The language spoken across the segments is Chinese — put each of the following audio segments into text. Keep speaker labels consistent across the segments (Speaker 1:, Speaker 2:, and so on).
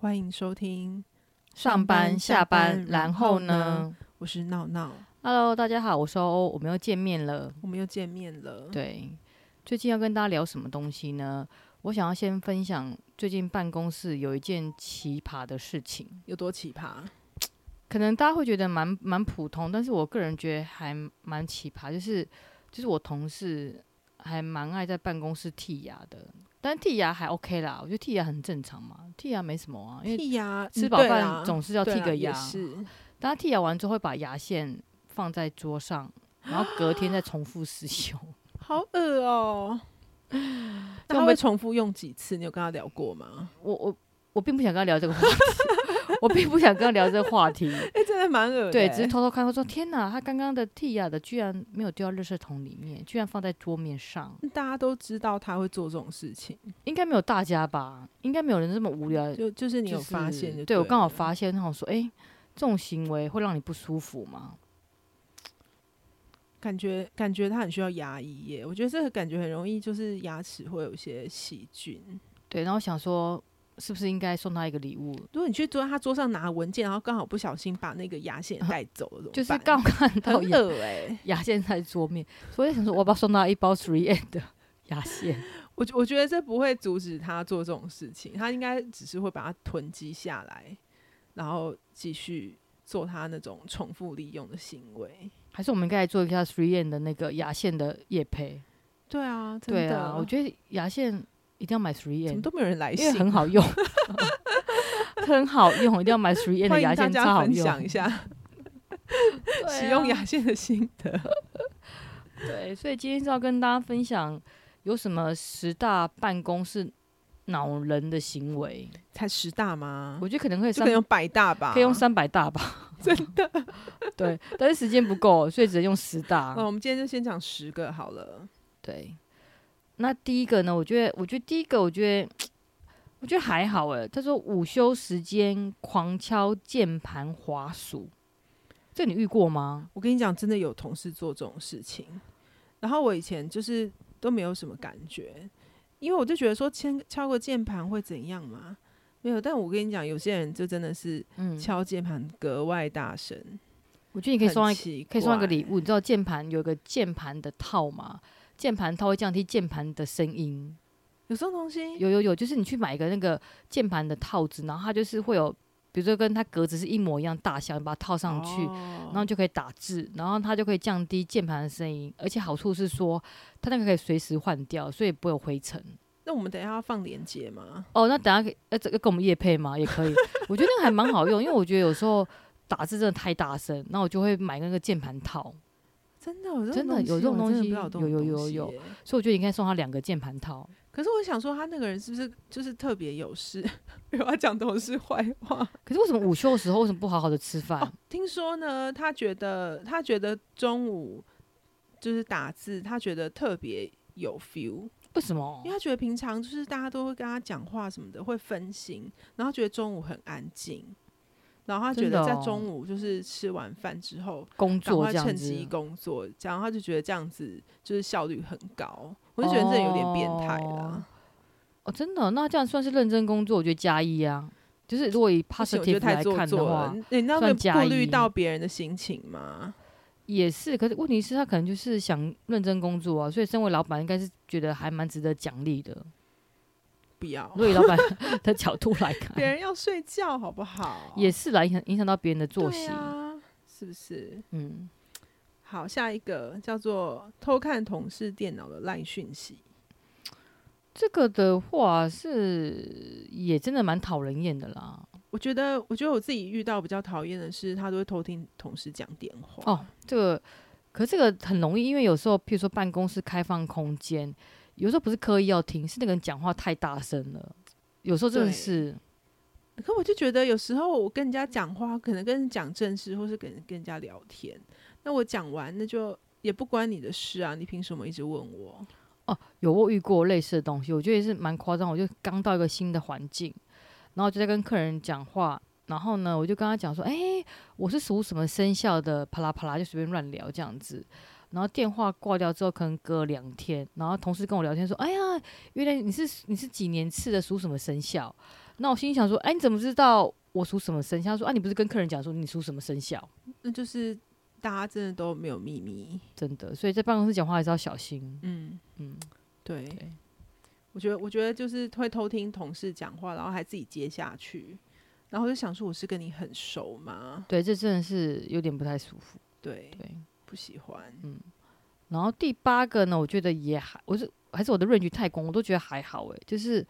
Speaker 1: 欢迎收听
Speaker 2: 上班、下班，然后？呢
Speaker 1: 我是闹闹，
Speaker 2: ？Hello，大家好，我是欧欧，我们又见面了。
Speaker 1: 我们又见面了。，
Speaker 2: 对，最近要跟大家聊什么东西呢？我想要先分享最近办公室有一件奇葩的事情，
Speaker 1: 有多奇葩？
Speaker 2: 可能大家会觉得蛮蛮普通，但是我个人觉得还蛮奇葩，就是就是我同事还蛮爱在办公室剔牙的，但剔牙还 OK 啦，我觉得剔牙很正常嘛，剔牙没什么啊，因为
Speaker 1: 剔牙，
Speaker 2: 吃
Speaker 1: 嗯
Speaker 2: 饱
Speaker 1: 对
Speaker 2: 饭
Speaker 1: 啦
Speaker 2: 总啊是要
Speaker 1: 对
Speaker 2: 剔
Speaker 1: 啦
Speaker 2: 个
Speaker 1: 也
Speaker 2: 牙，
Speaker 1: 是
Speaker 2: 但他剔牙完之后会把牙线放在桌上，然后隔天再重复使 用。
Speaker 1: 好恶 哦。那
Speaker 2: 这
Speaker 1: 他
Speaker 2: 样会
Speaker 1: 会重复用几次？你有跟他聊过吗？
Speaker 2: 我我我并不想跟他聊这个话题， 我并不想跟他聊这个话题。
Speaker 1: 哎、真的蛮恶的、
Speaker 2: 对，只是
Speaker 1: 哎
Speaker 2: 偷偷看，我说天哪，他刚刚的剔牙的居然没有丢到垃圾桶里面，居然放在桌面上，
Speaker 1: 大家都知道他会做这种事情，
Speaker 2: 应该没有大家吧？应该没有人这么无聊。
Speaker 1: 就就是你
Speaker 2: 就
Speaker 1: 有
Speaker 2: 是
Speaker 1: 发现就
Speaker 2: 对我刚好
Speaker 1: 了
Speaker 2: 发现，然后我说，哎、这种行为会让你不舒服吗？
Speaker 1: 感觉感觉他很需要牙医耶，我觉得这个感觉很容易就是牙齿会有一些细菌。
Speaker 2: 对，然后想说，是不是应该送他一个礼物？
Speaker 1: 如果你去桌他桌上拿文件，然后刚好不小心把那个牙线带走了，怎么
Speaker 2: 啊就是
Speaker 1: 办
Speaker 2: 刚好看
Speaker 1: 很
Speaker 2: 到牙
Speaker 1: 恶哎、
Speaker 2: 牙线在桌面， 所以想说我要不要送他一包 three end 的 牙线？
Speaker 1: 我觉我觉得这不会阻止他做这种事情，他应该只是会把它囤积下来，然后继续做他那种重复利用的行为。
Speaker 2: 还是我们应该来做一下 three end 的那个牙线的夜配？
Speaker 1: 对啊，真的，
Speaker 2: 对啊，我觉得牙线一定要买 three
Speaker 1: 怎么
Speaker 2: end，
Speaker 1: 都没有人来
Speaker 2: 因为
Speaker 1: 信，
Speaker 2: 很好 用，很好用，一定要买 three end 的
Speaker 1: 欢
Speaker 2: 牙
Speaker 1: 迎大
Speaker 2: 线，超
Speaker 1: 家
Speaker 2: 好
Speaker 1: 分
Speaker 2: 用。
Speaker 1: 享一下
Speaker 2: 对啊
Speaker 1: 使用牙线的心得。
Speaker 2: 对，所以今天是要跟大家分享有什么十大办公室恼人的行为，
Speaker 1: 才十大吗
Speaker 2: 我？觉得可能可以
Speaker 1: 就
Speaker 2: 上
Speaker 1: 可以用百大吧，
Speaker 2: 可以用三百大吧， 真的。 对，但是时间不够，所以只能用十 大。
Speaker 1: 嗯，我们今天就先讲十个好了。
Speaker 2: 对，那第一个呢？我觉得，我觉得第一个，我觉得，我觉得还好诶。他说午休时间狂敲键盘滑鼠，这你遇过吗？
Speaker 1: 我跟你讲，真的有同事做这种事情，然后我以前就是都没有什么感觉，因为我就觉得说敲敲个键盘会怎样嘛，没有。但我跟你讲，有些人就真的是
Speaker 2: 嗯，
Speaker 1: 敲键盘格外大声，
Speaker 2: 我觉得你可以送他
Speaker 1: 很
Speaker 2: 一个，
Speaker 1: 奇
Speaker 2: 可以送他一
Speaker 1: 怪
Speaker 2: 个礼物。你知道键盘有一个键盘的套吗？键盘套会降低键盘的声音。
Speaker 1: 有这种东西，
Speaker 2: 有有有，就是你去买一个那个键盘的套子，然后它就是会有，比如说跟它格子是一模一样大小，你把它套上去，
Speaker 1: 然
Speaker 2: 然后就可以打字，然后它就可以降低键盘的声音，而且好处是说它那个可以随时换掉，所以不会有灰尘。
Speaker 1: 那我们等一下要放链接吗？
Speaker 2: 哦，那等下可以呃，这个跟我们夜配吗？也可 以，我觉得那个还蛮好用，因为我觉得有时候打字真的太大声，那我就会买那个键盘套，
Speaker 1: 真的有这
Speaker 2: 真的
Speaker 1: 种
Speaker 2: 有这种
Speaker 1: 东
Speaker 2: 东
Speaker 1: 西
Speaker 2: 西
Speaker 1: 吗，我真的不知道
Speaker 2: 有
Speaker 1: 这种
Speaker 2: 有有
Speaker 1: 东西
Speaker 2: 有
Speaker 1: 耶
Speaker 2: 所以我觉得你应该送他两个键盘套。
Speaker 1: 可是我想说，他那个人是不是就是特别有事， 没有要讲同事坏话？
Speaker 2: 可是为什么午休的时候为什么不好好的吃饭？
Speaker 1: 哦，听说呢，他觉得他觉得中午就是打字，他觉得特别有 feel，
Speaker 2: 为什么
Speaker 1: 因为？他觉得平常就是大家都会跟他讲话什么的，会分心，然后觉得中午很安静，然后他觉
Speaker 2: 真的
Speaker 1: 得在
Speaker 2: 哦
Speaker 1: 中午就是吃完饭之后，
Speaker 2: 工
Speaker 1: 赶
Speaker 2: 作
Speaker 1: 快
Speaker 2: 这样
Speaker 1: 趁
Speaker 2: 子
Speaker 1: 机，工作，这样他就觉得这样子就是效率很高，我就觉得这有点变态啦
Speaker 2: 哦。哦，真的，那这样算是认真工作，我觉得加一啊。就是如果以
Speaker 1: 不行
Speaker 2: positive
Speaker 1: 我觉得太
Speaker 2: 来
Speaker 1: 做
Speaker 2: 看的
Speaker 1: 作
Speaker 2: 话
Speaker 1: 了，，你你知道
Speaker 2: 算
Speaker 1: 会
Speaker 2: 加
Speaker 1: 顾虑
Speaker 2: 一
Speaker 1: 到别人的心情吗？
Speaker 2: 也是，可是问题是他可能就是想认真工作啊，所以身为老板应该是觉得还蛮值得奖励的。
Speaker 1: 不要
Speaker 2: 如，果 以老板的角度来
Speaker 1: 别
Speaker 2: 看，
Speaker 1: 人要睡觉好不好？
Speaker 2: 也是来影响影响到别人的作
Speaker 1: 哦对
Speaker 2: 息。
Speaker 1: 啊，是不是？
Speaker 2: 嗯，
Speaker 1: 好，下一个叫做偷看同事电脑的赖讯息，
Speaker 2: 这个的话是也真的蛮讨人厌的啦。
Speaker 1: 我觉得，我觉得我自己遇到比较讨厌的是，他都会偷听同事讲电话。
Speaker 2: 哦，这个可是这个很容易，因为有时候譬如说办公室开放空间，有时候不是刻意要听，是那个人讲话太大声了。有时候真的
Speaker 1: 对
Speaker 2: 是，
Speaker 1: 可我就觉得有时候我跟人家讲话，可能跟人讲正事，或是跟跟人家聊天，那我讲完那就也不关你的事啊，你凭什么一直问我？
Speaker 2: 哦，有我遇过类似的东西，我觉得也是蛮夸张。我就刚到一个新的环境，然后就在跟客人讲话，然后呢，我就跟他讲说，哎、我是属什么生肖的，啪啦啪啦，就随便乱聊这样子。然后电话挂掉之后，可能隔两天，然后同事跟我聊天说：“哎呀，原来你是你是几年次的，属什么生肖？”那我心里想说：“哎，你怎么知道我属什么生肖？”他说：“啊，你不是跟客人讲说你属什么生肖？
Speaker 1: 那就是大家真的都没有秘密。
Speaker 2: 真的，所以在办公室讲话还是要小心。
Speaker 1: 嗯，
Speaker 2: 嗯，
Speaker 1: 对，
Speaker 2: 对，
Speaker 1: 我觉得我觉得就是会偷听同事讲话，然后还自己接下去，然后我就想说我是跟你很熟吗？
Speaker 2: 对，这真的是有点不太舒服。
Speaker 1: 对，
Speaker 2: 对，嗯
Speaker 1: 不喜欢。
Speaker 2: 然后第八个呢，我觉得也还，我是还是我的 range 太广，我都觉得还好诶、欸就是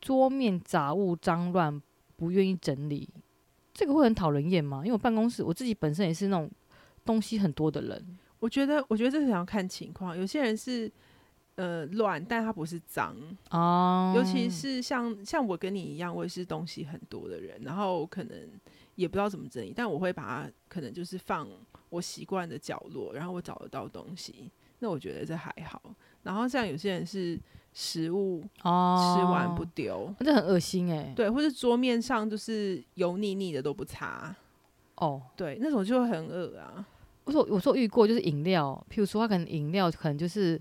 Speaker 2: 桌面杂物脏乱，不愿意整理，这个会很讨人厌吗？因为我办公室我自己本身也是那种东西很多的人，
Speaker 1: 我觉得我觉得这是要看情况，有些人是呃乱，但他不是脏，
Speaker 2: 哦，
Speaker 1: 尤其是像像我跟你一样，我也是东西很多的人，然后可能也不知道怎么整理，但我会把它可能就是放我习惯的角落，然后我找得到东西，那我觉得这还好。然后像有些人是食物
Speaker 2: 哦，
Speaker 1: 吃完不丢，
Speaker 2: 啊，这很恶心哎、
Speaker 1: 对，或是桌面上就是油腻腻的都不擦，
Speaker 2: 哦，
Speaker 1: 对，那种就会很恶啊。
Speaker 2: 我说我说遇过就是饮料，譬如说他可能饮料可能就是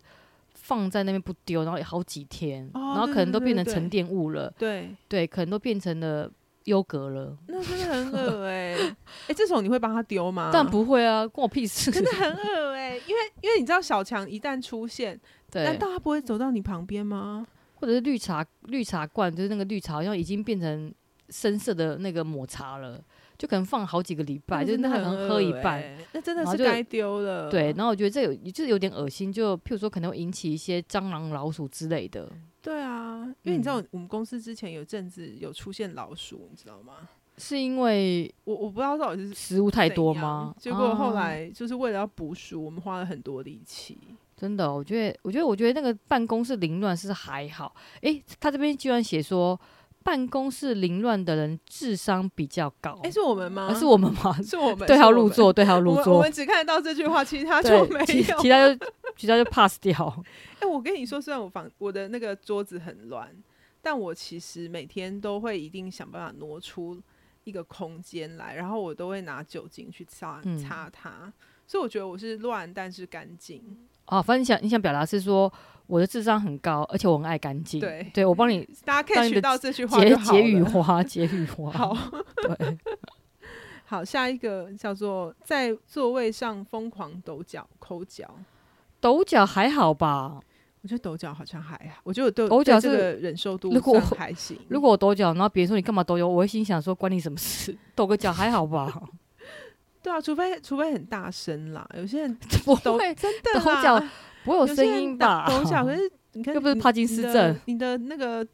Speaker 2: 放在那边不丢，然后好几天，
Speaker 1: 哦
Speaker 2: 然后
Speaker 1: 对
Speaker 2: 可
Speaker 1: 对
Speaker 2: 能都
Speaker 1: 对
Speaker 2: 变成
Speaker 1: 对
Speaker 2: 沉淀物了，
Speaker 1: 对，
Speaker 2: 对，可能都变成了优格了。
Speaker 1: 那真的很 恶哎、欸！哎、这种你会帮他丢吗？
Speaker 2: 但不会啊，关我屁事。
Speaker 1: 真的很恶哎、因为因为你知道小强一旦出现，难
Speaker 2: 对，
Speaker 1: 道他不会走到你旁边吗？
Speaker 2: 或者是绿茶绿茶罐，就是那个绿茶好像已经变成深色的那个抹茶了，就可能放好几个礼拜，就是
Speaker 1: 真的
Speaker 2: 那可能喝一
Speaker 1: 恶
Speaker 2: 半。
Speaker 1: 欸，嗯那真的
Speaker 2: 然后
Speaker 1: 是
Speaker 2: 就
Speaker 1: 该丢了。
Speaker 2: 对，然后我觉得这有就是有点恶心，就譬如说可能会引起一些蟑螂、老鼠之类的。
Speaker 1: 对啊，因为你知
Speaker 2: 嗯
Speaker 1: 道我们公司之前有阵子有出现老鼠，你知道吗？
Speaker 2: 是因为
Speaker 1: 我我不知道到底是
Speaker 2: 食物太多
Speaker 1: 怎样
Speaker 2: 吗？
Speaker 1: 结果后
Speaker 2: 啊
Speaker 1: 来就是为了要捕鼠，我们花了很多力气。
Speaker 2: 真的哦，我觉得，我觉得，我觉得那个办公室凌乱是还好。诶，他这边居然写说，办公室凌乱的人智商比较高。
Speaker 1: 哎、是我们吗？
Speaker 2: 啊是我们吗？
Speaker 1: 是我们
Speaker 2: 对号
Speaker 1: 是我
Speaker 2: 入
Speaker 1: 们
Speaker 2: 座，对号
Speaker 1: 我
Speaker 2: 入
Speaker 1: 们我
Speaker 2: 座
Speaker 1: 们。只看得到这句话，其他就没
Speaker 2: 对，其
Speaker 1: 有。
Speaker 2: 其他就其他就 pass 掉。
Speaker 1: 哎、我跟你说，虽然我房我的那个桌子很乱，但我其实每天都会一定想办法挪出一个空间来，然后我都会拿酒精去擦
Speaker 2: 嗯
Speaker 1: 擦它。所以我觉得我是乱，但是干净。
Speaker 2: 啊，反正你想你想表达是说我的智商很高，而且我很爱干净。
Speaker 1: 对
Speaker 2: 我帮你
Speaker 1: 大家可
Speaker 2: 当
Speaker 1: 以
Speaker 2: 你
Speaker 1: 学
Speaker 2: 的
Speaker 1: 到 这句话
Speaker 2: 解
Speaker 1: 就好
Speaker 2: 解语
Speaker 1: 了。
Speaker 2: 花，解语 花。
Speaker 1: 好，
Speaker 2: 对，
Speaker 1: 好，下一个叫做在座位上疯狂抖脚、抠脚。
Speaker 2: 抖脚还好吧？
Speaker 1: 我觉得抖脚好像还好，我觉得我对
Speaker 2: 抖脚
Speaker 1: 对
Speaker 2: 是
Speaker 1: 这个忍受度
Speaker 2: 如果
Speaker 1: 算还行。
Speaker 2: 如果我抖脚，然后别人说你干嘛抖脚，我会心想说关你什么事？抖个脚还好吧？
Speaker 1: 对啊，除非除非很大声啦，有些 人啊
Speaker 2: 不
Speaker 1: 抖
Speaker 2: 会
Speaker 1: 真的
Speaker 2: 抖
Speaker 1: 啦
Speaker 2: 脚不会
Speaker 1: 有
Speaker 2: 有
Speaker 1: 些
Speaker 2: 声
Speaker 1: 人
Speaker 2: 音
Speaker 1: 打
Speaker 2: 吧？
Speaker 1: 抖脚，可是 你看，
Speaker 2: 又不是
Speaker 1: 你
Speaker 2: 帕金斯症
Speaker 1: 你的，你的那个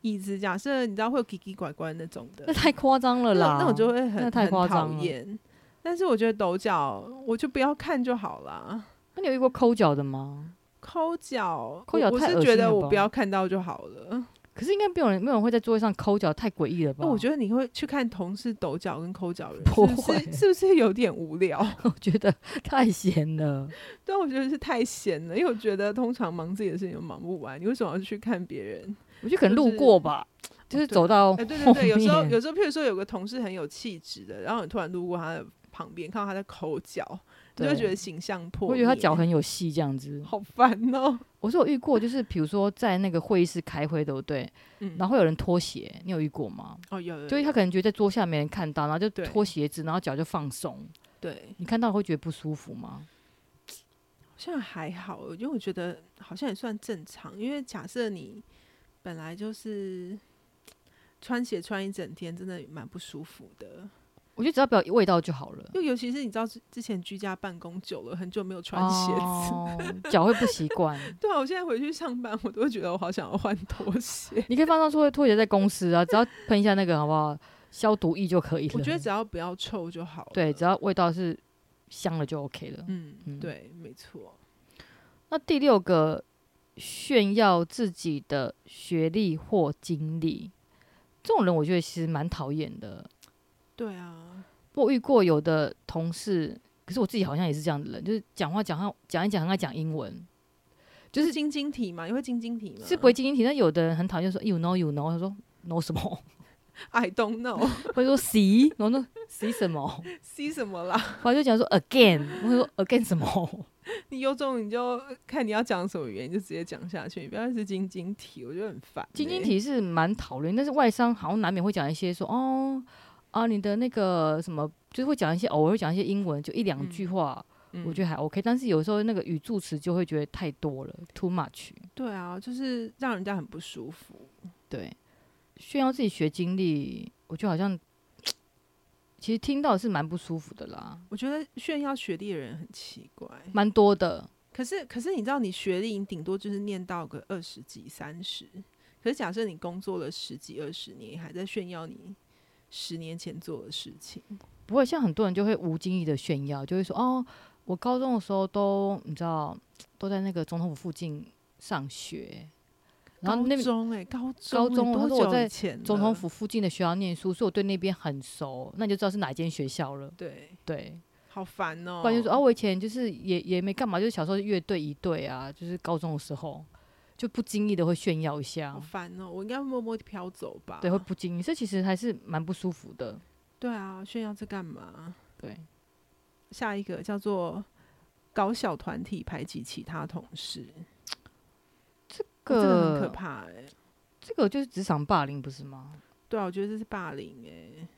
Speaker 1: 椅子，假设你知道会有叽叽拐拐那种的，
Speaker 2: 那太夸张了
Speaker 1: 那
Speaker 2: 啦！
Speaker 1: 那我就会很
Speaker 2: 那太夸张
Speaker 1: 很
Speaker 2: 了
Speaker 1: 讨厌。但是我觉得抖脚，我就不要看就好啦。
Speaker 2: 那你有遇过抠脚的吗？
Speaker 1: 抠脚，
Speaker 2: 抠脚
Speaker 1: 我我
Speaker 2: 太
Speaker 1: 是
Speaker 2: 恶
Speaker 1: 觉
Speaker 2: 心
Speaker 1: 得
Speaker 2: 了
Speaker 1: 我
Speaker 2: 吧
Speaker 1: 不要看到就好了。
Speaker 2: 可是应该没有人，没有人会在座位上抠脚，太诡异了吧？
Speaker 1: 那我觉得你会去看同事抖脚跟抠脚的人，
Speaker 2: 不
Speaker 1: 是不
Speaker 2: 会
Speaker 1: 是是不是有点无聊？
Speaker 2: 得， 我觉得太闲了。
Speaker 1: 对啊，我觉得是太闲了，因为我觉得通常忙自己的事情又忙不完，你为什么要去看别人？
Speaker 2: 我觉得可能
Speaker 1: 就
Speaker 2: 路
Speaker 1: 是
Speaker 2: 过吧，就是走到
Speaker 1: 哎、对对
Speaker 2: 后
Speaker 1: 对，有时候
Speaker 2: 面
Speaker 1: 有时候，譬如说有个同事很有气质的，然后你突然路过他的旁边，看到他在抠脚，你就会
Speaker 2: 对
Speaker 1: 觉得形象破欸
Speaker 2: 我
Speaker 1: 灭。
Speaker 2: 觉得他脚很有戏这样子。
Speaker 1: 好烦哦、
Speaker 2: 我是有遇过，就是比如说在那个会议室开会，对不对？
Speaker 1: 嗯，
Speaker 2: 然后会有人脱鞋，你有遇过吗？
Speaker 1: 哦有有
Speaker 2: 就是
Speaker 1: 有
Speaker 2: 他可能觉得在桌下没人看到，然后就
Speaker 1: 对
Speaker 2: 脱鞋子，然后脚就放松。
Speaker 1: 对，
Speaker 2: 你看到会觉得不舒服吗？
Speaker 1: 好像还好，因为我觉得好像也算正常，因为假设你本来就是穿鞋穿一整天，真的蛮不舒服的。
Speaker 2: 我觉得只要不要有味道就好了。
Speaker 1: 又尤其是你知道之之前居家办公久了，很久没有 穿鞋子。
Speaker 2: 哦子，脚、会不习惯。
Speaker 1: 对啊，我现在回去上班，我都会觉得我好想要换拖鞋。
Speaker 2: 你可以放上拖拖鞋在公司啊，只要喷一下那个好不好？消毒液就可以了。
Speaker 1: 我觉得只要不要臭就好了。
Speaker 2: 对，只要味道是香了就 OK 了。
Speaker 1: 嗯，
Speaker 2: 嗯
Speaker 1: 对，没错。
Speaker 2: 那第六个，炫耀自己的学历或经历，这种人我觉得其实蛮讨厌的。
Speaker 1: 对啊，
Speaker 2: 我遇过有的同事，可是我自己好像也是这样的人，就是讲话讲话讲一讲，很爱讲英文，就
Speaker 1: 就是
Speaker 2: 是
Speaker 1: 晶晶体嘛，你会晶晶体吗？
Speaker 2: 哎是不会晶晶体。但有的人很讨厌说 you know you know，他说 know 什么？
Speaker 1: I don't know，
Speaker 2: 或者说 see，然后说 see 什么，
Speaker 1: 吸什么啦？
Speaker 2: 我就讲说 again，我说 again 什么，
Speaker 1: 你有种你就看你要讲什么语言，你就直接讲下去，你不要一直晶晶体，我觉得很烦、欸
Speaker 2: 晶晶，体是蛮讨论，但是外商好像难免会讲一些说哦啊你的那个什么，就是会讲一些偶尔会讲一些英文，就一两
Speaker 1: 嗯
Speaker 2: 句话，
Speaker 1: 嗯
Speaker 2: 我觉得还 OK，但是有时候那个语助词就会觉得太多了，too much。
Speaker 1: 对啊，就是让人家很不舒服。
Speaker 2: 对，炫耀自己学经历，我觉得好像其实听到是蛮不舒服的啦，
Speaker 1: 我觉得炫耀学历的人很奇怪，
Speaker 2: 蛮多的。
Speaker 1: 可是可是你知道，你学历你顶多就是念到个二十几、三十，可是假设你工作了十几、二十年，还在炫耀你十年前做的事情，
Speaker 2: 不会像很多人就会无经意的炫耀，就会说哦，我高中的时候都你知道都在那个总统府附近上学，然后那
Speaker 1: 高
Speaker 2: 边
Speaker 1: 中哎、高中
Speaker 2: 高
Speaker 1: 欸
Speaker 2: 中
Speaker 1: 多
Speaker 2: 他说我
Speaker 1: 久
Speaker 2: 在
Speaker 1: 以前
Speaker 2: 总统
Speaker 1: 了
Speaker 2: 府附近的学校念书，所以我对那边很熟，那你就知道是哪间学校了。
Speaker 1: 对，
Speaker 2: 对，
Speaker 1: 好烦哦、
Speaker 2: 不然就说哦，我以前就是也也没干嘛，就是小时候乐队一队啊，就是高中的时候就不经意的会炫耀一下
Speaker 1: 好。啊烦哦、我应该默默地飘走吧？
Speaker 2: 对，会不经意，这其实还是蛮不舒服的。
Speaker 1: 对啊，炫耀这干嘛？
Speaker 2: 对，
Speaker 1: 下一个叫做搞小团体排挤其他同事，
Speaker 2: 这
Speaker 1: 哦这个很
Speaker 2: 个
Speaker 1: 可怕哎、
Speaker 2: 这个就是职场霸凌，不是吗？
Speaker 1: 对啊，我觉得这是霸凌哎、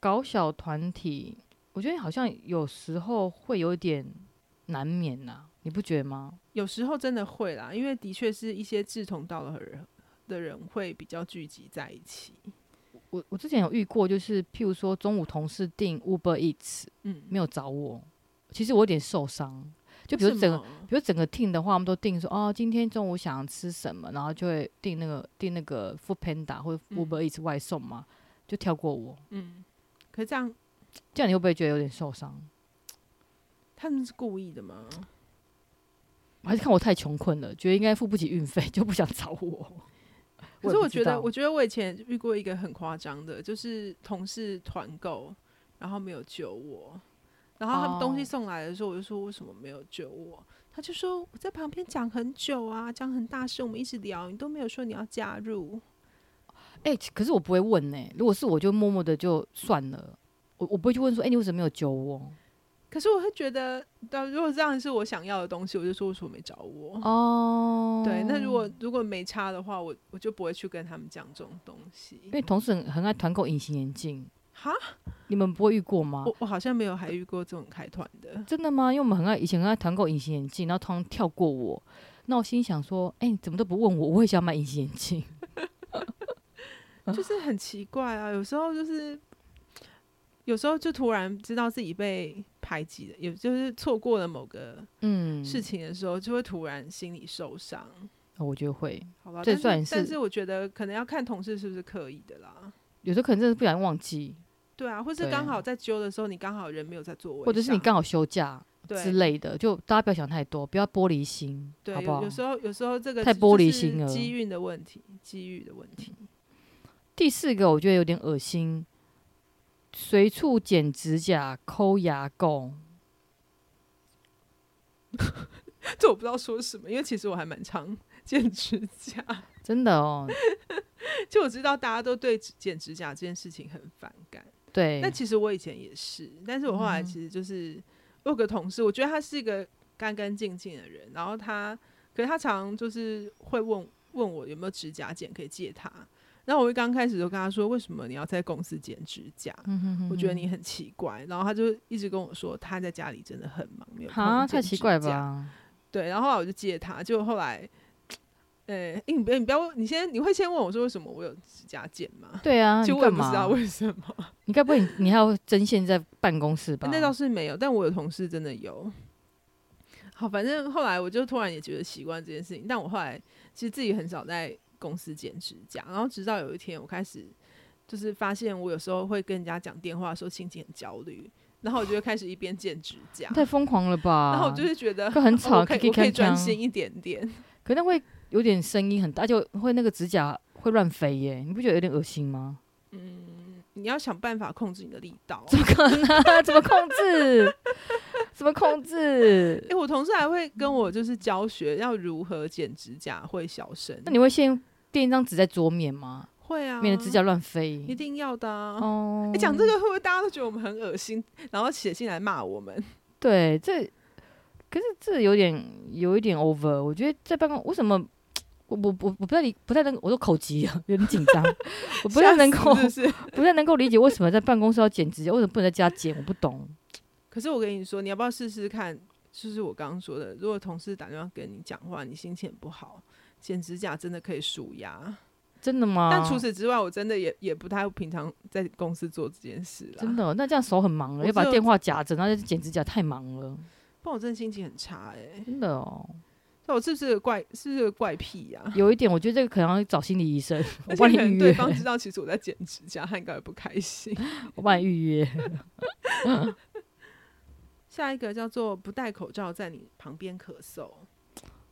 Speaker 2: 搞小团体，我觉得好像有时候会有点难免呐、你不觉得吗？
Speaker 1: 有时候真的会啦，因为的确是一些志同道合的人的人会比较聚集在一起。
Speaker 2: 我我之前有遇过，就是譬如说中午同事订 Uber Eats
Speaker 1: 嗯，
Speaker 2: 没有找我，其实我有点受伤。就比如
Speaker 1: 为什
Speaker 2: 整个
Speaker 1: 么
Speaker 2: 比如整个 team 的话，我们都定说哦，今天中午想吃什么，然后就会订那个订那个 Food Panda 或者
Speaker 1: 嗯
Speaker 2: Uber Eats 外送嘛，就跳过我。
Speaker 1: 嗯，可是这样
Speaker 2: 这样你会不会觉得有点受伤？
Speaker 1: 他们是故意的吗？
Speaker 2: 还是看我太穷困了，觉得应该付不起运费，就不想找我。
Speaker 1: 可是
Speaker 2: 也
Speaker 1: 我
Speaker 2: 不知
Speaker 1: 觉得，
Speaker 2: 道
Speaker 1: 我觉得我以前遇过一个很夸张的，就是同事团购，然后没有救我，然后他们东西
Speaker 2: 哦
Speaker 1: 送来的时候，我就说为什么没有救我？他就说我在旁边讲很久啊，讲很大声，我们一直聊，你都没有说你要加入。
Speaker 2: 哎、可是我不会问呢、如果是我就默默的就算了，我我不会去问说，哎、你为什么没有揪我？
Speaker 1: 可是我会觉得，对，如果这样是我想要的东西，我就说为什么没找我？
Speaker 2: 哦，
Speaker 1: 对，那如果如果没差的话，我我就不会去跟他们讲这种东西
Speaker 2: 因。为同事很很爱团购隐形眼镜，
Speaker 1: 哈，
Speaker 2: 你们不会遇过吗？
Speaker 1: 我我好像没有还遇过这种开团的。
Speaker 2: 真的吗？因为我们很爱以前很爱团购隐形眼镜，然后通常跳过我。那我心想说，哎、你怎么都不问我？我也想买隐形眼镜。
Speaker 1: 嗯 就是很奇怪啊，有时候就是，有时候就突然知道自己被排挤的，也就是错过了某个
Speaker 2: 嗯，
Speaker 1: 事情的时候，就会突然心里受伤。
Speaker 2: 哦我觉得会，
Speaker 1: 好吧，
Speaker 2: 这
Speaker 1: 但
Speaker 2: 算
Speaker 1: 是但
Speaker 2: 是
Speaker 1: 是我觉得可能要看同事是不是刻意的啦。
Speaker 2: 有时候可能真的不小心忘记，
Speaker 1: 对啊，或是
Speaker 2: 对
Speaker 1: 刚好在揪的时候，你刚好人没有在座位上，
Speaker 2: 或者是你刚好休假
Speaker 1: 对
Speaker 2: 之类的，就大家不要想太多，不要玻璃心，
Speaker 1: 对
Speaker 2: 好不
Speaker 1: 有
Speaker 2: 好
Speaker 1: 有？时候有时候这个
Speaker 2: 太
Speaker 1: 就
Speaker 2: 玻
Speaker 1: 是
Speaker 2: 璃心了
Speaker 1: 机运的问题，机遇的问题。
Speaker 2: 第四个我觉得有点恶心，随处剪指甲、抠牙垢，
Speaker 1: 这我不知道说什么，因为其实我还蛮常 剪指甲。
Speaker 2: 真的哦，
Speaker 1: 就我知道大家都对指剪指甲这件事情很反感，
Speaker 2: 对
Speaker 1: 但，其实我以前也是，但是我后来
Speaker 2: 嗯
Speaker 1: 其实就是、我有个同事，我觉得他是一个干干净净的人，然后他，可是他常常就是会问问我有没有指甲剪可以借他，然后我一刚开始就跟他说，为什么你要在公司剪指甲？
Speaker 2: 嗯哼哼
Speaker 1: 我觉得你很奇怪，然后他就一直跟我说他在家里真的很忙，没有空
Speaker 2: 哈
Speaker 1: 剪
Speaker 2: 太奇怪
Speaker 1: 指甲
Speaker 2: 吧？
Speaker 1: 对，然后后来我就借他，结果后来，呃、诶你不你不要问，你先你会先问我说为什么我有指甲剪吗？
Speaker 2: 对啊，
Speaker 1: 其实
Speaker 2: 你
Speaker 1: 我也
Speaker 2: 干
Speaker 1: 不知道
Speaker 2: 嘛？
Speaker 1: 为什么，
Speaker 2: 你该不会你你还有针线在办公室吧？
Speaker 1: 那倒是没有，但我有同事真的有。好，反正后来我就突然也觉得习惯这件事情，但我后来其实自己很少在公司剪指甲，然后直到有一天我开始就是发现我有时候会跟人家讲电话的时候心情很焦虑，然后我就会开始一边剪指甲
Speaker 2: 你，太疯狂了吧？
Speaker 1: 啊然后我就会觉得
Speaker 2: 会 很
Speaker 1: 哦
Speaker 2: 吵
Speaker 1: 我可
Speaker 2: 叽叽
Speaker 1: 以我可以
Speaker 2: 锵锵
Speaker 1: 专心一点点。
Speaker 2: 可能会有点声音很大，就会那个指甲会乱飞耶，你不觉得有点恶心吗？
Speaker 1: 你要想办法控制你的力道。
Speaker 2: 怎么可能？怎么控制？怎么控制
Speaker 1: 哎、？我同事还会跟我就是教学要如何剪指甲会小声，
Speaker 2: 那你会先垫一张纸在桌面吗？
Speaker 1: 会啊，
Speaker 2: 免得指甲乱飞。
Speaker 1: 一定要的啊。
Speaker 2: 哦
Speaker 1: 哎、，讲这个会不会大家都觉得我们很恶心，然后写信来骂我们？
Speaker 2: 对，这可是这有点有一点 over。我觉得在办公为什么我我我我不太理不太能我都口急了，有点紧张， 我不太能够
Speaker 1: 吓死是不是？
Speaker 2: 不太能够理解为什么在办公室要剪指甲，为什么不能在家剪？我不懂。
Speaker 1: 可是我跟你说，你要不要试试看？就是我刚刚说的，如果同事打电话跟你讲话，你心情很不好，剪指甲真的可以舒
Speaker 2: 啊
Speaker 1: 压。
Speaker 2: 真的吗？
Speaker 1: 但除此之外，我真的也也不太平常在公司做这件事了。
Speaker 2: 真，的哦，那这样手很忙了，
Speaker 1: 我
Speaker 2: 要把
Speaker 1: 只有
Speaker 2: 电话夹着，然后再去剪指甲，太忙了，
Speaker 1: 不然我真的心情很差哎、欸。
Speaker 2: 真的哦。
Speaker 1: 那我是不是个怪？是不是个怪癖呀、
Speaker 2: 有一点，我觉得这个可能要找心理 医生，我
Speaker 1: 而且
Speaker 2: 帮你
Speaker 1: 可能
Speaker 2: 预
Speaker 1: 对
Speaker 2: 约，
Speaker 1: 方知道，其实我在剪指甲，他应该会不开心。
Speaker 2: 我帮你预约。
Speaker 1: 下一个叫做不戴口罩在你旁边咳嗽，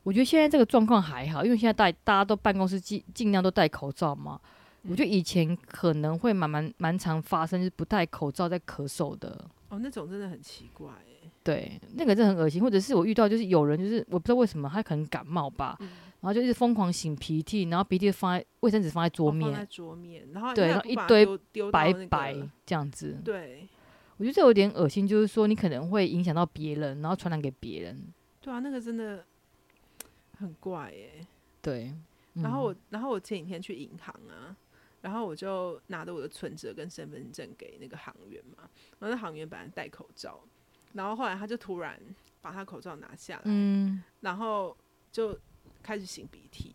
Speaker 2: 我觉得现在这个状况还好，因为现在大大家都办公室尽尽量都戴口罩嘛。
Speaker 1: 嗯
Speaker 2: 我觉得以前可能会蛮蛮蛮常发生，就是不戴口罩在咳嗽的。
Speaker 1: 哦，那种真的很奇怪欸、
Speaker 2: 对，那个真的很恶心。或者是我遇到就是有人就是我不知道为什么他可能感冒吧，
Speaker 1: 嗯
Speaker 2: 然后就一直疯狂擤鼻涕，然后鼻涕放在卫生纸放在桌
Speaker 1: 哦放在
Speaker 2: 面，
Speaker 1: 桌面，然后
Speaker 2: 对
Speaker 1: 应该
Speaker 2: 然后
Speaker 1: 不
Speaker 2: 一
Speaker 1: 把它
Speaker 2: 堆
Speaker 1: 丢丢到
Speaker 2: 白
Speaker 1: 那
Speaker 2: 白
Speaker 1: 个
Speaker 2: 这样子。
Speaker 1: 对
Speaker 2: 我觉得这有点恶心，就是说你可能会影响到别人，然后传染给别人。
Speaker 1: 对啊，那个真的很怪哎、
Speaker 2: 对，
Speaker 1: 然后
Speaker 2: 嗯
Speaker 1: 我，然后我前几天去银行啊，然后我就拿着我的存折跟身份证给那个行员嘛，然后那行员本来戴口罩，然后后来他就突然把他口罩拿下来，
Speaker 2: 嗯
Speaker 1: 然后就开始擤鼻涕，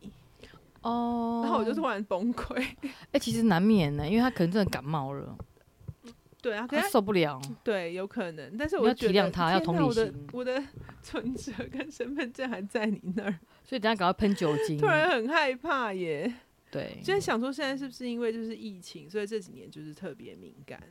Speaker 2: 哦，
Speaker 1: 然后我就突然崩溃，
Speaker 2: 哎、其实难免呢，因为他可能真的感 冒了，
Speaker 1: 对啊，可
Speaker 2: 他
Speaker 1: 是他
Speaker 2: 受不了。
Speaker 1: 对有可能，但是
Speaker 2: 你
Speaker 1: 我
Speaker 2: 要
Speaker 1: 就觉得
Speaker 2: 体谅他要
Speaker 1: 天哪
Speaker 2: 同理
Speaker 1: 我的
Speaker 2: 心
Speaker 1: 我的 存折跟身份证还在你那儿，
Speaker 2: 所以等一下赶快喷酒精。
Speaker 1: 突然很害怕耶。
Speaker 2: 嗯对，
Speaker 1: 就在想说，现在是不是因为就是疫情，所以这几年就是特别敏感？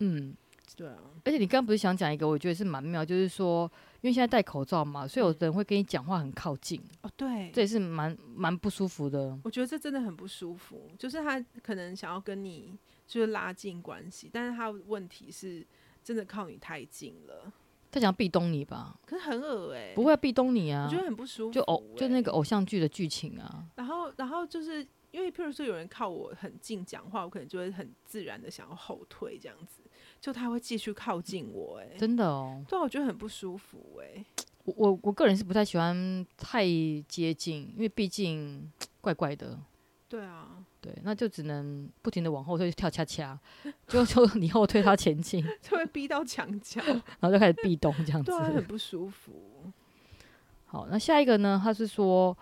Speaker 2: 嗯，
Speaker 1: 对啊，
Speaker 2: 而且你刚刚不是想讲一个，我觉得是蛮妙，就是说，因为现在戴口罩嘛，所以有的人会跟你讲话很靠近，
Speaker 1: 哦对，
Speaker 2: 这也是蛮蛮不舒服的。
Speaker 1: 我觉得这真的很不舒服。就是他可能想要跟你就是拉近关系，但是他问题是真的靠你太近了，
Speaker 2: 他想要壁咚你吧？
Speaker 1: 可是很恶哎、
Speaker 2: 不会、啊、壁咚你
Speaker 1: 我
Speaker 2: 啊
Speaker 1: 觉，得很不舒服、欸
Speaker 2: 就偶就那个。偶像剧的剧情啊。
Speaker 1: 然后，然后就是因为，譬如说有人靠我很近讲话，我可能就会很自然的想要后退这样子，就他会继续靠近我哎、
Speaker 2: 真的哦，
Speaker 1: 对啊，我觉得很不舒服哎、
Speaker 2: 我我我个人是不太喜欢太接近，因为毕竟怪怪的。
Speaker 1: 对啊，
Speaker 2: 对，那就只能不停的往后退，跳恰 恰，就就你后退，他前 进，
Speaker 1: 就会逼到墙 角，
Speaker 2: 然后就开始壁咚这样子
Speaker 1: 对。啊，很不舒服。
Speaker 2: 好，那下一个呢？他是说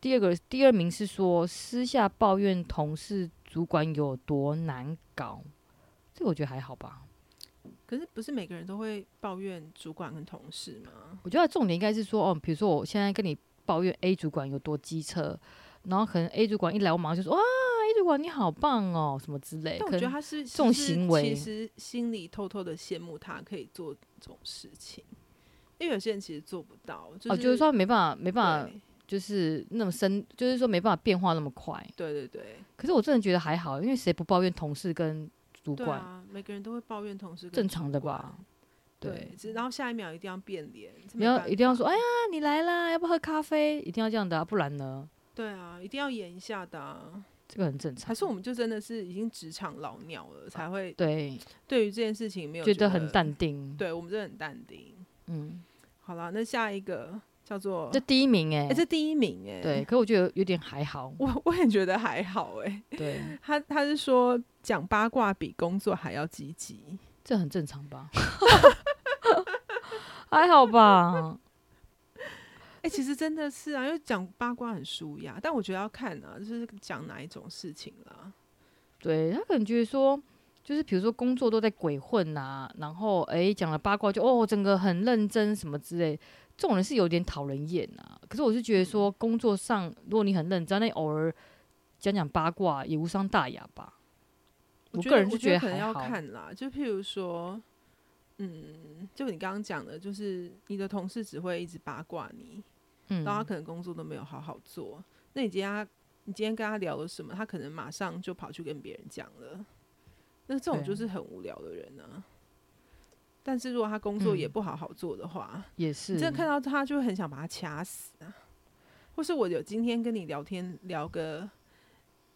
Speaker 2: 第二个第二名是说私下抱怨同事、主管有多难搞，这个我觉得还好吧。
Speaker 1: 可是不是每个人都会抱怨主管跟同事吗？
Speaker 2: 我觉得重点应该是说，哦，比如说我现在跟你抱怨 A 主管有多机车，然后可能 A 主管一来，我马上就说哇，A 主管你好棒哦，什么之类。
Speaker 1: 但我
Speaker 2: 可
Speaker 1: 觉得
Speaker 2: 能
Speaker 1: 他是
Speaker 2: 这种
Speaker 1: 是不是
Speaker 2: 行为
Speaker 1: 其实心里偷偷的羡慕他可以做这种事情，因为有些人其实做不到，就是、
Speaker 2: 哦，就是说没办法，没办法，
Speaker 1: 对
Speaker 2: 就是那么深，就是说没办法变化那么快。
Speaker 1: 对对对，
Speaker 2: 可是我真的觉得还好，因为谁不抱怨同事跟主
Speaker 1: 对
Speaker 2: 管？
Speaker 1: 啊，每个人都会抱怨同事，
Speaker 2: 正常的吧？
Speaker 1: 对，
Speaker 2: 对，
Speaker 1: 只然后下一秒一定要变脸，这
Speaker 2: 你
Speaker 1: 没
Speaker 2: 要
Speaker 1: 办
Speaker 2: 一定要
Speaker 1: 法
Speaker 2: 说，哎呀，你来啦，要不要喝咖啡？一定要这样的、啊，不然呢，
Speaker 1: 对啊，一定要演一下的啊、
Speaker 2: 这个很正常
Speaker 1: 还。是我们就真的是已经职场老鸟了，才会
Speaker 2: 对，
Speaker 1: 对于这件事情没有
Speaker 2: 觉
Speaker 1: 得
Speaker 2: 得很，淡定。，
Speaker 1: 对我们真的很淡定。
Speaker 2: 嗯，
Speaker 1: 好了，那下一个叫做
Speaker 2: 这第一名哎、
Speaker 1: 哎、这第一名哎、
Speaker 2: 对，，可我觉得有点还 好。
Speaker 1: 我我也觉得还好哎、
Speaker 2: 对，
Speaker 1: 他他是说讲八卦比工作还要积极，
Speaker 2: 这很正常 吧？还好吧？
Speaker 1: 哎、其实真的是啊，因为讲八卦很舒压，但我觉得要看啊，就是讲哪一种事情啦。
Speaker 2: 对他可能觉得说，就是比如说工作都在鬼混呐、然后哎讲了八卦就哦整个很认真什么之类，这种人是有点讨人厌啊。可是我是觉得说，工作上如果你很认真，那你偶尔讲讲八卦也无伤大雅吧。我
Speaker 1: 觉
Speaker 2: 个
Speaker 1: 得
Speaker 2: 人
Speaker 1: 我
Speaker 2: 是
Speaker 1: 觉得可能
Speaker 2: 还
Speaker 1: 要
Speaker 2: 好，
Speaker 1: 看啦，就譬如说，嗯，就你刚刚讲的，就是你的同事只会一直八卦你，
Speaker 2: 嗯
Speaker 1: 然后他啊可能工作都没有好好做，那你今天他你今天跟他聊了什么，他可能马上就跑去跟别人讲了，那这种
Speaker 2: 对啊
Speaker 1: 就是很无聊的人啊。但是如果他工作也
Speaker 2: 嗯
Speaker 1: 不好好做的话，
Speaker 2: 也
Speaker 1: 你
Speaker 2: 是
Speaker 1: 真的看到他就会很想把他掐死啊。或是我有今天跟你聊天聊个，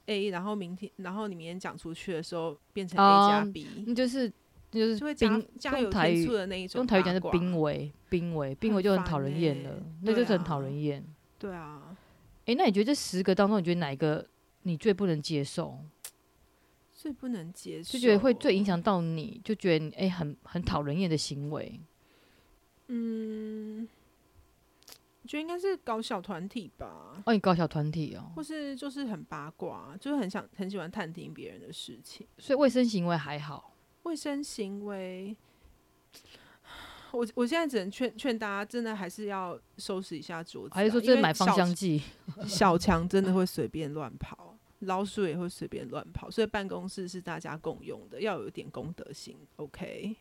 Speaker 1: 哎、 A，然后明天，然后你明天讲出去的时候变成
Speaker 2: 哦
Speaker 1: A 加 B，、
Speaker 2: 那就是就是
Speaker 1: 就会加
Speaker 2: 冰
Speaker 1: 加油
Speaker 2: 用台
Speaker 1: 添醋
Speaker 2: 语
Speaker 1: 的那一种
Speaker 2: 用
Speaker 1: 八卦。
Speaker 2: 台语讲是冰围，冰围，冰围就很
Speaker 1: 很
Speaker 2: 讨
Speaker 1: 烦
Speaker 2: 人厌
Speaker 1: 欸
Speaker 2: 了，那就是
Speaker 1: 对
Speaker 2: 很讨
Speaker 1: 啊
Speaker 2: 人厌。
Speaker 1: 对啊，
Speaker 2: 诶，那你觉得这十个当中，你觉得哪一个你最不能接受？
Speaker 1: 最不能接受，
Speaker 2: 就觉得会最影。响到你，就觉得你诶很很讨人厌的行为。
Speaker 1: 嗯，我觉得应该是搞小团体吧，
Speaker 2: 哦，你搞小团体哦，
Speaker 1: 或是就是很八卦，就是很想很喜欢探听别人的事情。
Speaker 2: 所以卫生行为还好。
Speaker 1: 卫生行为，我我现在只能劝劝大家，真的还是要收拾一下桌子啊、
Speaker 2: 还是说
Speaker 1: 因
Speaker 2: 这
Speaker 1: 为
Speaker 2: 买芳
Speaker 1: 小
Speaker 2: 香剂？
Speaker 1: 小强真的会随便乱跑，老鼠也会随便乱跑，所以办公室是大家共用的，要有一点公德心。OK，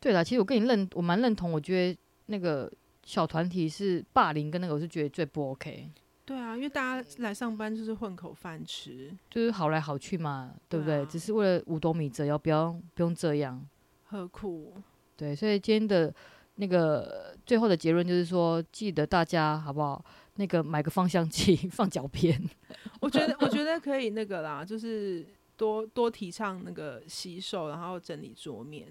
Speaker 2: 对啦，其实我跟你认，我蛮认同。我觉得那个小团体是霸凌跟那个，我是觉得最不 OK，
Speaker 1: 对啊，因为大家来上班就是混口饭吃，
Speaker 2: 就是好来好去嘛，对不对？
Speaker 1: 对啊
Speaker 2: 只是为了五斗米折腰，不要不用这样。
Speaker 1: 何苦？
Speaker 2: 对，所以今天的那个最后的结论就是说，记得大家好不好？那个买个芳香剂 放脚边，
Speaker 1: 我觉得我觉得可以那个啦，就是多多提倡那个洗手，然后整理桌面。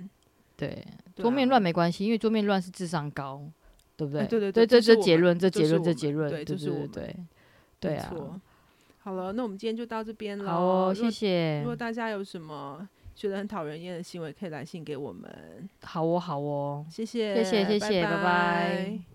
Speaker 2: 对，
Speaker 1: 对
Speaker 2: 桌面
Speaker 1: 啊
Speaker 2: 乱没关系，因为桌面乱是智商高，对不对？
Speaker 1: 哎对对对
Speaker 2: 对，
Speaker 1: 这
Speaker 2: 这
Speaker 1: 是我们
Speaker 2: 结论，这
Speaker 1: 这
Speaker 2: 结
Speaker 1: 是我
Speaker 2: 论，这
Speaker 1: 们
Speaker 2: 结论，
Speaker 1: 对
Speaker 2: 对
Speaker 1: 这是我
Speaker 2: 对
Speaker 1: 们
Speaker 2: 对，对
Speaker 1: 没
Speaker 2: 啊。
Speaker 1: 错。好了，那我们今天就到这边了。
Speaker 2: 好哦，
Speaker 1: 如果
Speaker 2: 谢谢
Speaker 1: 如。果大家有什么觉得很讨人厌的行为，可以来信给我们。
Speaker 2: 好哦，好哦。
Speaker 1: 谢谢，
Speaker 2: 谢谢谢谢拜拜
Speaker 1: 拜